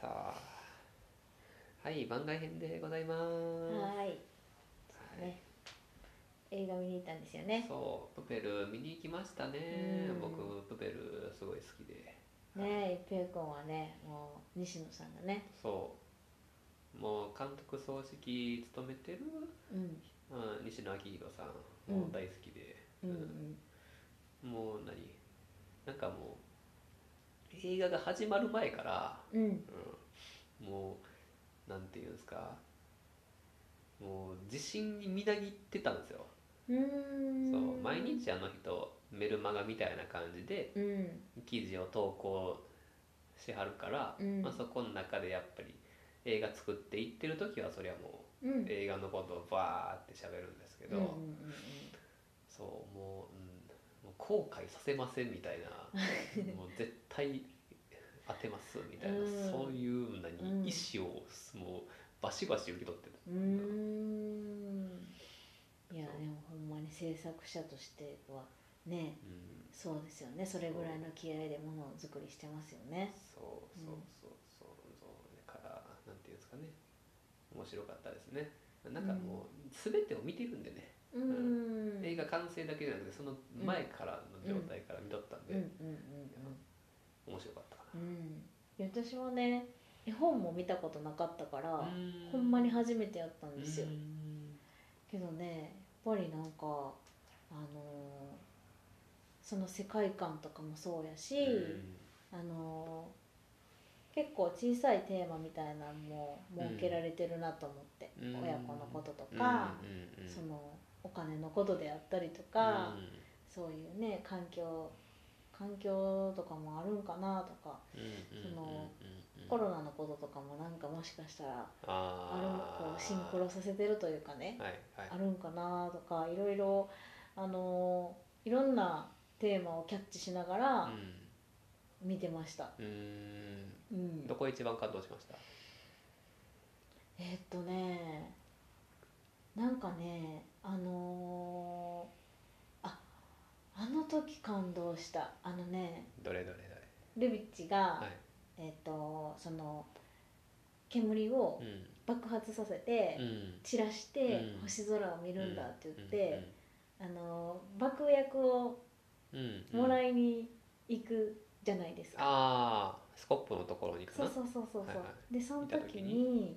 さあはい番外編でございますはーい、はね、映画見に行ったんですよねそうプペル見に行きましたねうん僕プペルすごい好きでね一平君はねもう西野さんがねそうもう監督総指揮務めてる、うんうん、西野昭弘さんうんもう大好きで、うんもう何なんかもう映画が始まる前から、うんうんうん、もうなんていうんですかもう自信にみなぎってたんですようーんそう毎日あの人メルマガみたいな感じでうん記事を投稿しはるから、うんまあ、そこの中でやっぱり映画作っていってる時はそりゃもうんう映画のことをバーって喋るんですけど、うんそうもう,、うん、もう後悔させませんみたい なもう絶対当てますみたいな、うんそういう何うん意思をもうバシバシ受け取ってうんうんうーんいやでもほんまに制作者としてはねた、うん、そうですよねそれぐらいの気合でものづくりしてますよねそうそうそうそうそうだからなんていうんですかね面白かったですねなんかもう全てを見てるんでね、うーん映画完成だけじゃなくてその前からの状態から見とったんで、うんうんうんうん面白かったかうん、いや私はね絵本も見たことなかったから、な、ほんまには初めてやったんるですよ、けどねやっぱりなんかあのーその世界観とかもそうやし、あのー結構小さいテーマみたいなのも設けられてるなと思って、うん親子のこととか、うんうんうんそのお金のことであったりとか、そういうね環境環境とかもあるんかなとかうんそのうんうんコロナのこととかもなんかもしかしたらあるこあうーシンクロさせてるというかねはいはいあるんかなとかいろいろあのーいろんなテーマをキャッチしながら見てました、うんうーうんんどこ一番感動しましたえーっとねなんかねあのーああの時感動したあのねどれどれどれルビッチが、はいえーっとその煙をうん爆発させて、うん散らしてうん星空を見るんだって言って、あの爆薬をうんうんうんもらいに行くじゃないですか、ああスコップのところにかそなうそうそうそうそう、はいはでその見た時時にに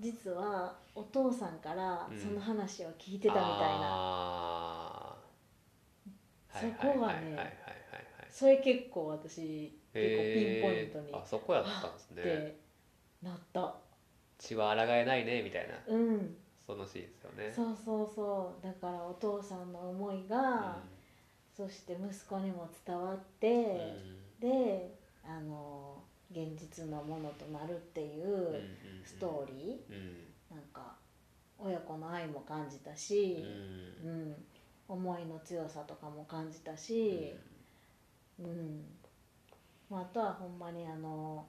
実はお父さんからうんその話を聞いてたみたいな、あーはいそこがねはいはいはいはいはいそれ結構私結構ピンへーポイントにあそこやったんですっねてなった、血は抗えないねみたいなうんそのシーンですよそねううそうそうだからお父さんの思いんが、そして息子にも伝わって、うんであの現実のものとなるっていうんううんうんストーリー、うんなんか親子の愛も感じたうし、うんん思いの強さとかも感じたし、うんまあ、あとはほんまにあの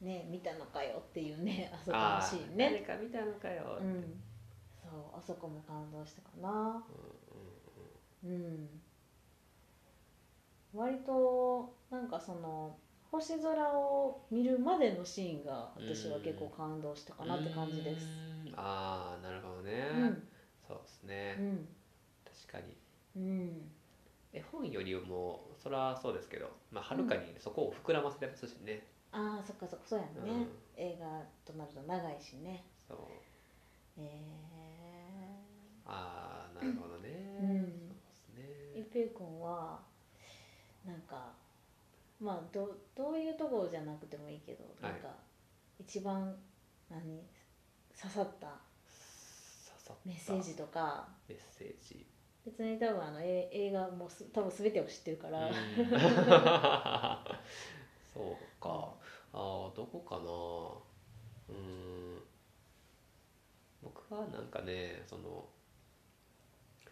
ね見たのかよっていうねあそこのシーンね、誰か見たのかよううんうんん、そうあそこも感動したかな、うん、割となんかその星空を見るまでのシーンが私は結構感動したかなって感じです。うんああなるほどね、うん、そうですね、うん、確かにうん絵本よりもそれはそうですけどまあはるかにそこを膨らませてますしね、ああそっかそっかそうやんね、うん映画となると長いしねそうえああなるほどね、うんそうですー、ね一平君はなんかまあどどういうところじゃなくてもいいけど、はいなんか一番何刺さった刺さったメッセージとかメッセージ別に多分あのえ映画もす多分全てを知ってるかうら、んそうかあーどこかなうーん僕はなんかねその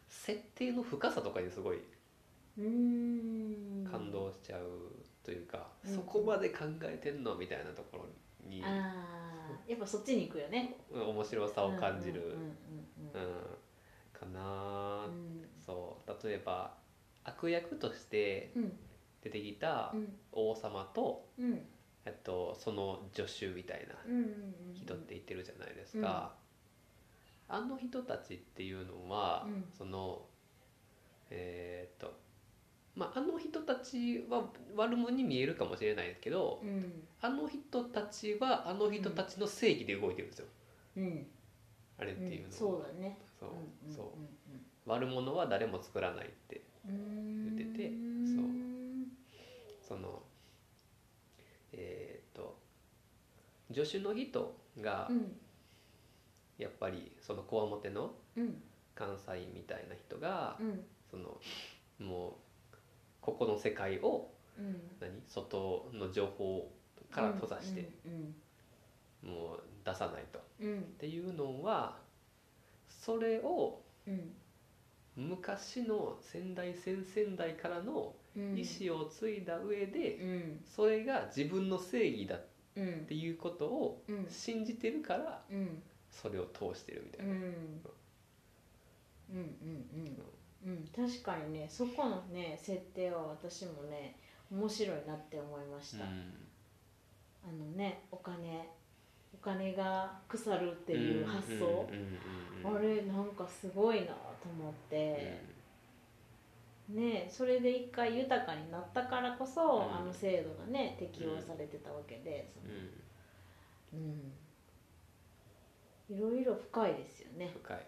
設定の深さとかにすごいうーん感動しちゃうというか、うんそこまで考えてんのみたいなところに、ああやっぱそっちに行くよねうん面白さを感じる、うんうんうんうんかな、うんそう例えば悪役としてうん出てきたうん王様と、うんえっと、その助手みたいなうんうんうん人って言ってるじゃないですか、あの人たちっていうのは、うんそのえーっとまああの人たちは悪者に見えるかもしれないけど、うんあの人たちはあの人たちの正義で動いてるんですよ、うんあれっていううのは、んそうだねそう,、んんそうん悪者は誰も作らないってうん言っててうそうんそのえーっと助手の人がうんやっぱりそのこわもてのうん関西みたいな人が、うんそのもうここの世界をうん何外の情報から閉ざして、うんもう出さないとっうんていうのはそれをうん昔の先代先々代からのうん意思を継いだ上で、うんそれが自分の正義だっうんていうことをうん信じてるからうんそれを通してるみたういな、んうんうんうん確かにねそこのね設定は私もね面白いなって思いました、あのねお金お金が腐るっていう発想、うんうんうんうんあれなんかすごいなと思って、ねそれで一回豊かになったからこそ、うんあの制度がね適用されてたわけで、そうんのうんうんいろいろ深いですよね。深い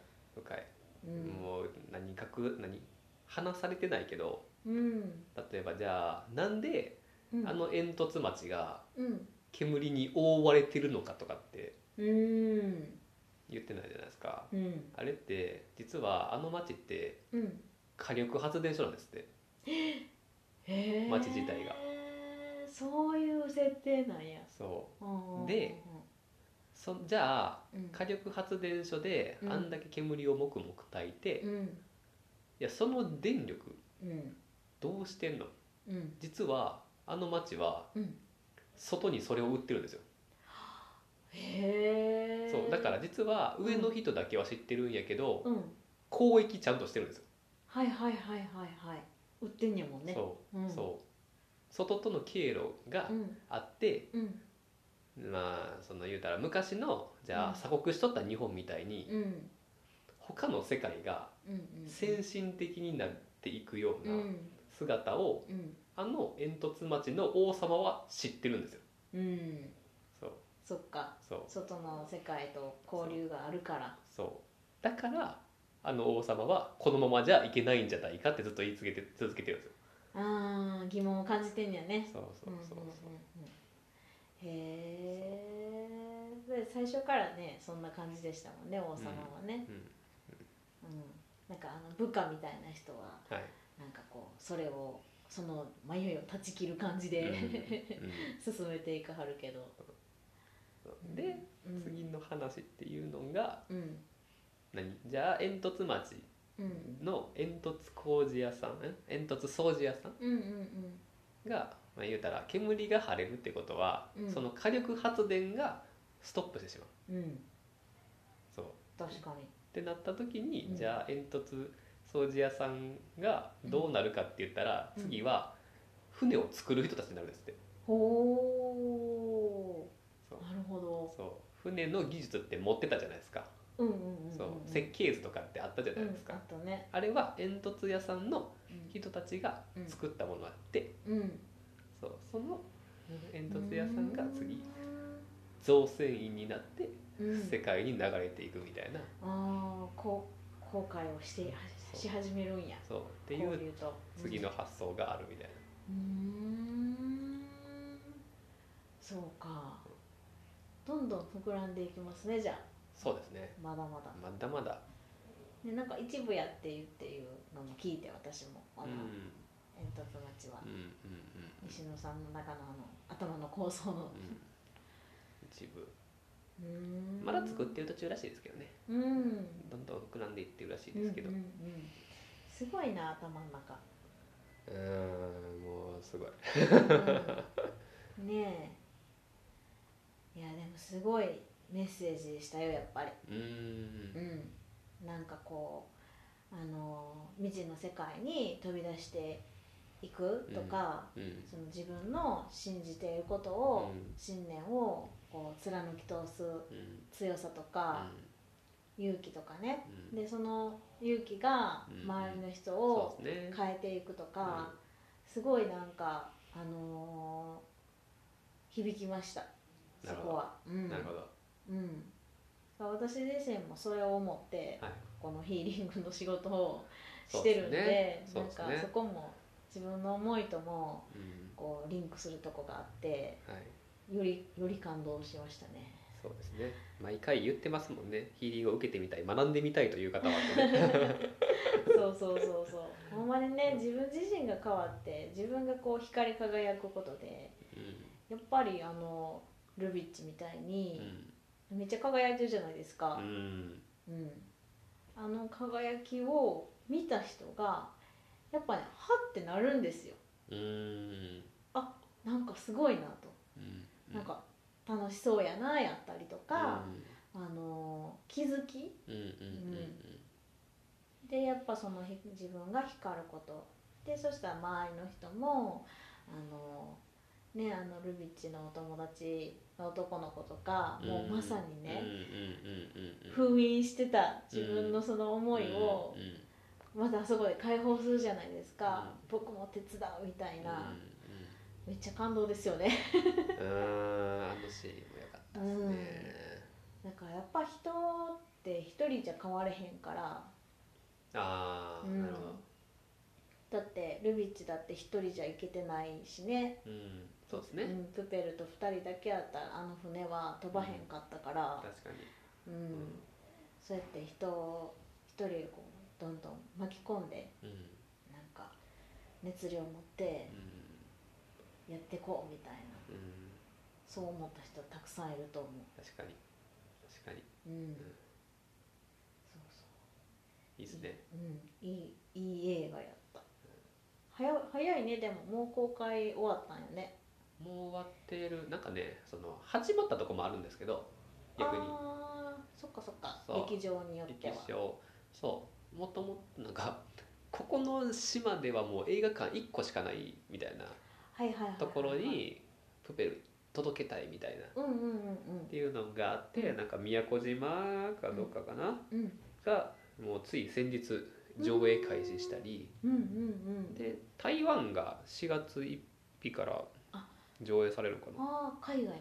深い、うんもう何書く何話されてないけどうん例えばじゃあなんでうん、あの煙突町がうん煙に覆われてるのかとかってうん言ってないじゃないですか、うんあれって実はあの町ってうん火力発電所なんですってへえ街自体がそういう設定なんやそううんでそじゃあうん火力発電所でうんあんだけ煙をもくもく焚いて、ういんやその電力うんどうしてんのうん実はあの町はうん外にそれを売ってるんですよへえそうだから実は上の人だけは知ってるんやけど、うん交易ちゃんとしてるんですよ、はいはいはいはいはい売ってんやもんね、そうう、ん、そう外との経路がうんあって、うんまあその言うたら昔のじゃうあん鎖国しとった日本みたいにうん他の世界がうんうん先進的になっていくよううなん姿をうんあの煙突町の王様は知ってるんですようんそうそっかそう外の世界と交流があるからそうだからあの王様はこのままじゃいけないんじゃないかってずっと言い続けて続けてるんですよあー疑問を感じてんやねそうそうそううんうんうんそううんへえで最初からねそんな感じでしたもんね王様はね、うんうんなんかあの部下みたいな人ははいなんかこうそれをその迷いを断ち切る感じうんで、うん 進めていかはるけどそうでうん次の話っていうのがうん何じゃあ煙突町うんの煙突工事屋さんん煙突掃除屋さんうんうんが、まあ、言うたら煙が晴れるってことは、うんその火力発電がストップしてしまううんうんそうっ確かにてなった時に、うんじゃあ煙突掃除屋さんがどうなるかって言ったら、うん次は船を作る人たちになるんですってほそうーなるほどそう船の技術って持ってたじゃないですか、うんうんうんんそう設計図とかってあったじゃないですか、うん、あとね、あれは煙突屋さんのうん人たちが作ったものがあって、うん、そうその煙突屋さんが次造船員になってうん、世界に流れていくみたいな、ああこう後悔をしてし始めるんやそうってい交う流と次の発想があるみたいな、うんうーんそうかどんどん膨らんでいきますねじゃあそうですねまだまだまだまだねなんか一部やっていうっていうのも聞いて私もあうのん煙突町はうんうんうん西野さんの中のあの頭の構想のうん一部うーんまだ作ってる途中らしいですけどねうんどんどん膨らんでいってるらしいですけどううんうんんうん、すごいな頭の中んもうすごい うんねえいやでもすごいメッセージでしたよやっぱりうーんうんなんかこうあの未知の世界に飛び出していくとか、うんその自分の信じていることを、うん信念をこう貫き通すうん強さとか、勇気とかねうんでその勇気がうん周りの人そをうですね変えていくとか、すごいなんか、あのー響きましたそなるほどこは。うんなるほどはうん、私自身もそれを思っていこのヒーリングの仕事をそうしでてするんでねそなうんですかねそこも自分の思いともうんこうリンクするとこがあってはいよりより感動しましたね。そうですね毎回言ってますもんねヒーリングを受けてみたい学んでみたいという方はねそうそうそうそうほんまにね自分自身が変わって自分がこう光り輝くことでうやっぱりあのルビッチみたいんうにんめっちゃ輝いてるじゃないですかう、んうん、あの輝きを見た人がやっぱねはってなるんですようんなんかすごいなと、うんなんか楽しそうやなやったりとか、うんあの気づきうんうんうんでやっぱそのひ自分が光ることでそしたら周りの人もあのねあのルビッチのお友達の男の子とか、うんもうまさにうんね、うんうんうん封印してた自分のその思いをうんうんうまんたあそこで解放するじゃないですか、うん僕も手伝うみたいな、めっちゃ感動ですよね うんうんうんあのシーンも良かったですねだからやっぱ人って一人じゃ変われへんからああうんなるほだどってルビッチだって一人じゃ行けてないしねうんそうですねん、プペルと二人だけやったらあの船は飛ばへんかったから、確かにうんそうやって人を一人をこうどんどん巻き込んでうんなんか熱量持ってやってこうみたいなうんうんそう思った人たくさんいると思確かに確かにう、うんんそうそういいですねうん、いいいい映画やった早早いねでももう公開終わったんよねもう終わってるなんかねその始まったとこもあるんですけど逆にあーそっかそっかそう劇場によっては歴史をそうもともとなんかここの島ではもう映画館1個しかないみたいなはいはいはいはいところにプペル届けたいみたいなっうんうんうんていうのがあってなんか宮古島かどうかかな、うんうんがもうつい先日上映開始したりうんうんうんで台湾が4月1日からあ上映されるのかなああ海外の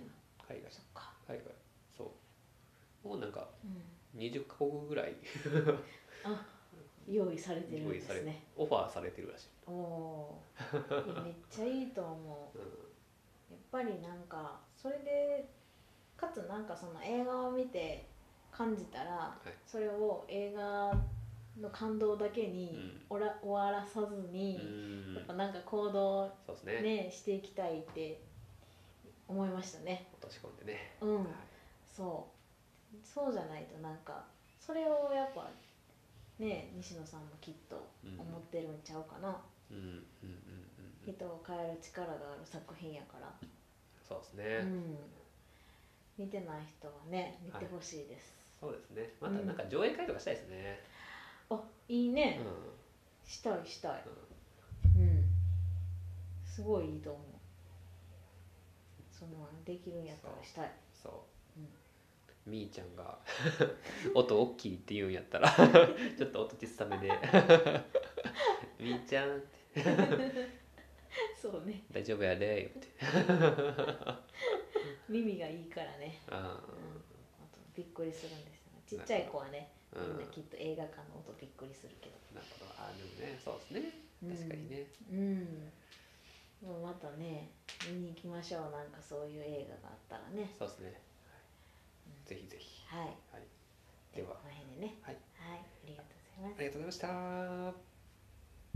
海外そっか、海外そうもうなんかうん、 20カ国ぐらいあ用意されてるん用意でされすてねオファーされてるらしい、おおーいやめっちゃいいと思ううんやっぱりなんかそれでかつなんかその映画を見て感じたら、いそれを映画の感動だけにおら、終わらさずうに、んやっぱなんか行動そうですねねしていきたいって思いましたね落とし込んでね、うん、はいそうそうじゃないとなんかそれをやっぱね西野さんもきっと思ってるんちゃうかな、うんうんうんうんうん人を変える力がある作品やからそうですね、うん、見てない人はね見てほしいです、そうですねまたなんか上映会とかしたいですね、あいいうんね、うんしたいしたいうんすごいいいと思うそのできるんやったらしたいそう、うんみーちゃんが 音大きいって言うんやったら ちょっと音小さ めでみーちゃんって そうね大丈夫やでって耳がいいからねあうんあとびっくりするんですよねちっちゃい子はねーみうんんななるきっと映画館の音びっくりするけどほどあーでもねそうですねうん確かにね、うんもうまたね見に行きましょうなんかそういう映画があったらねそうですねうんぜひぜひはいはいででははこの辺でねはいはい、ありがとうございますありがとうございました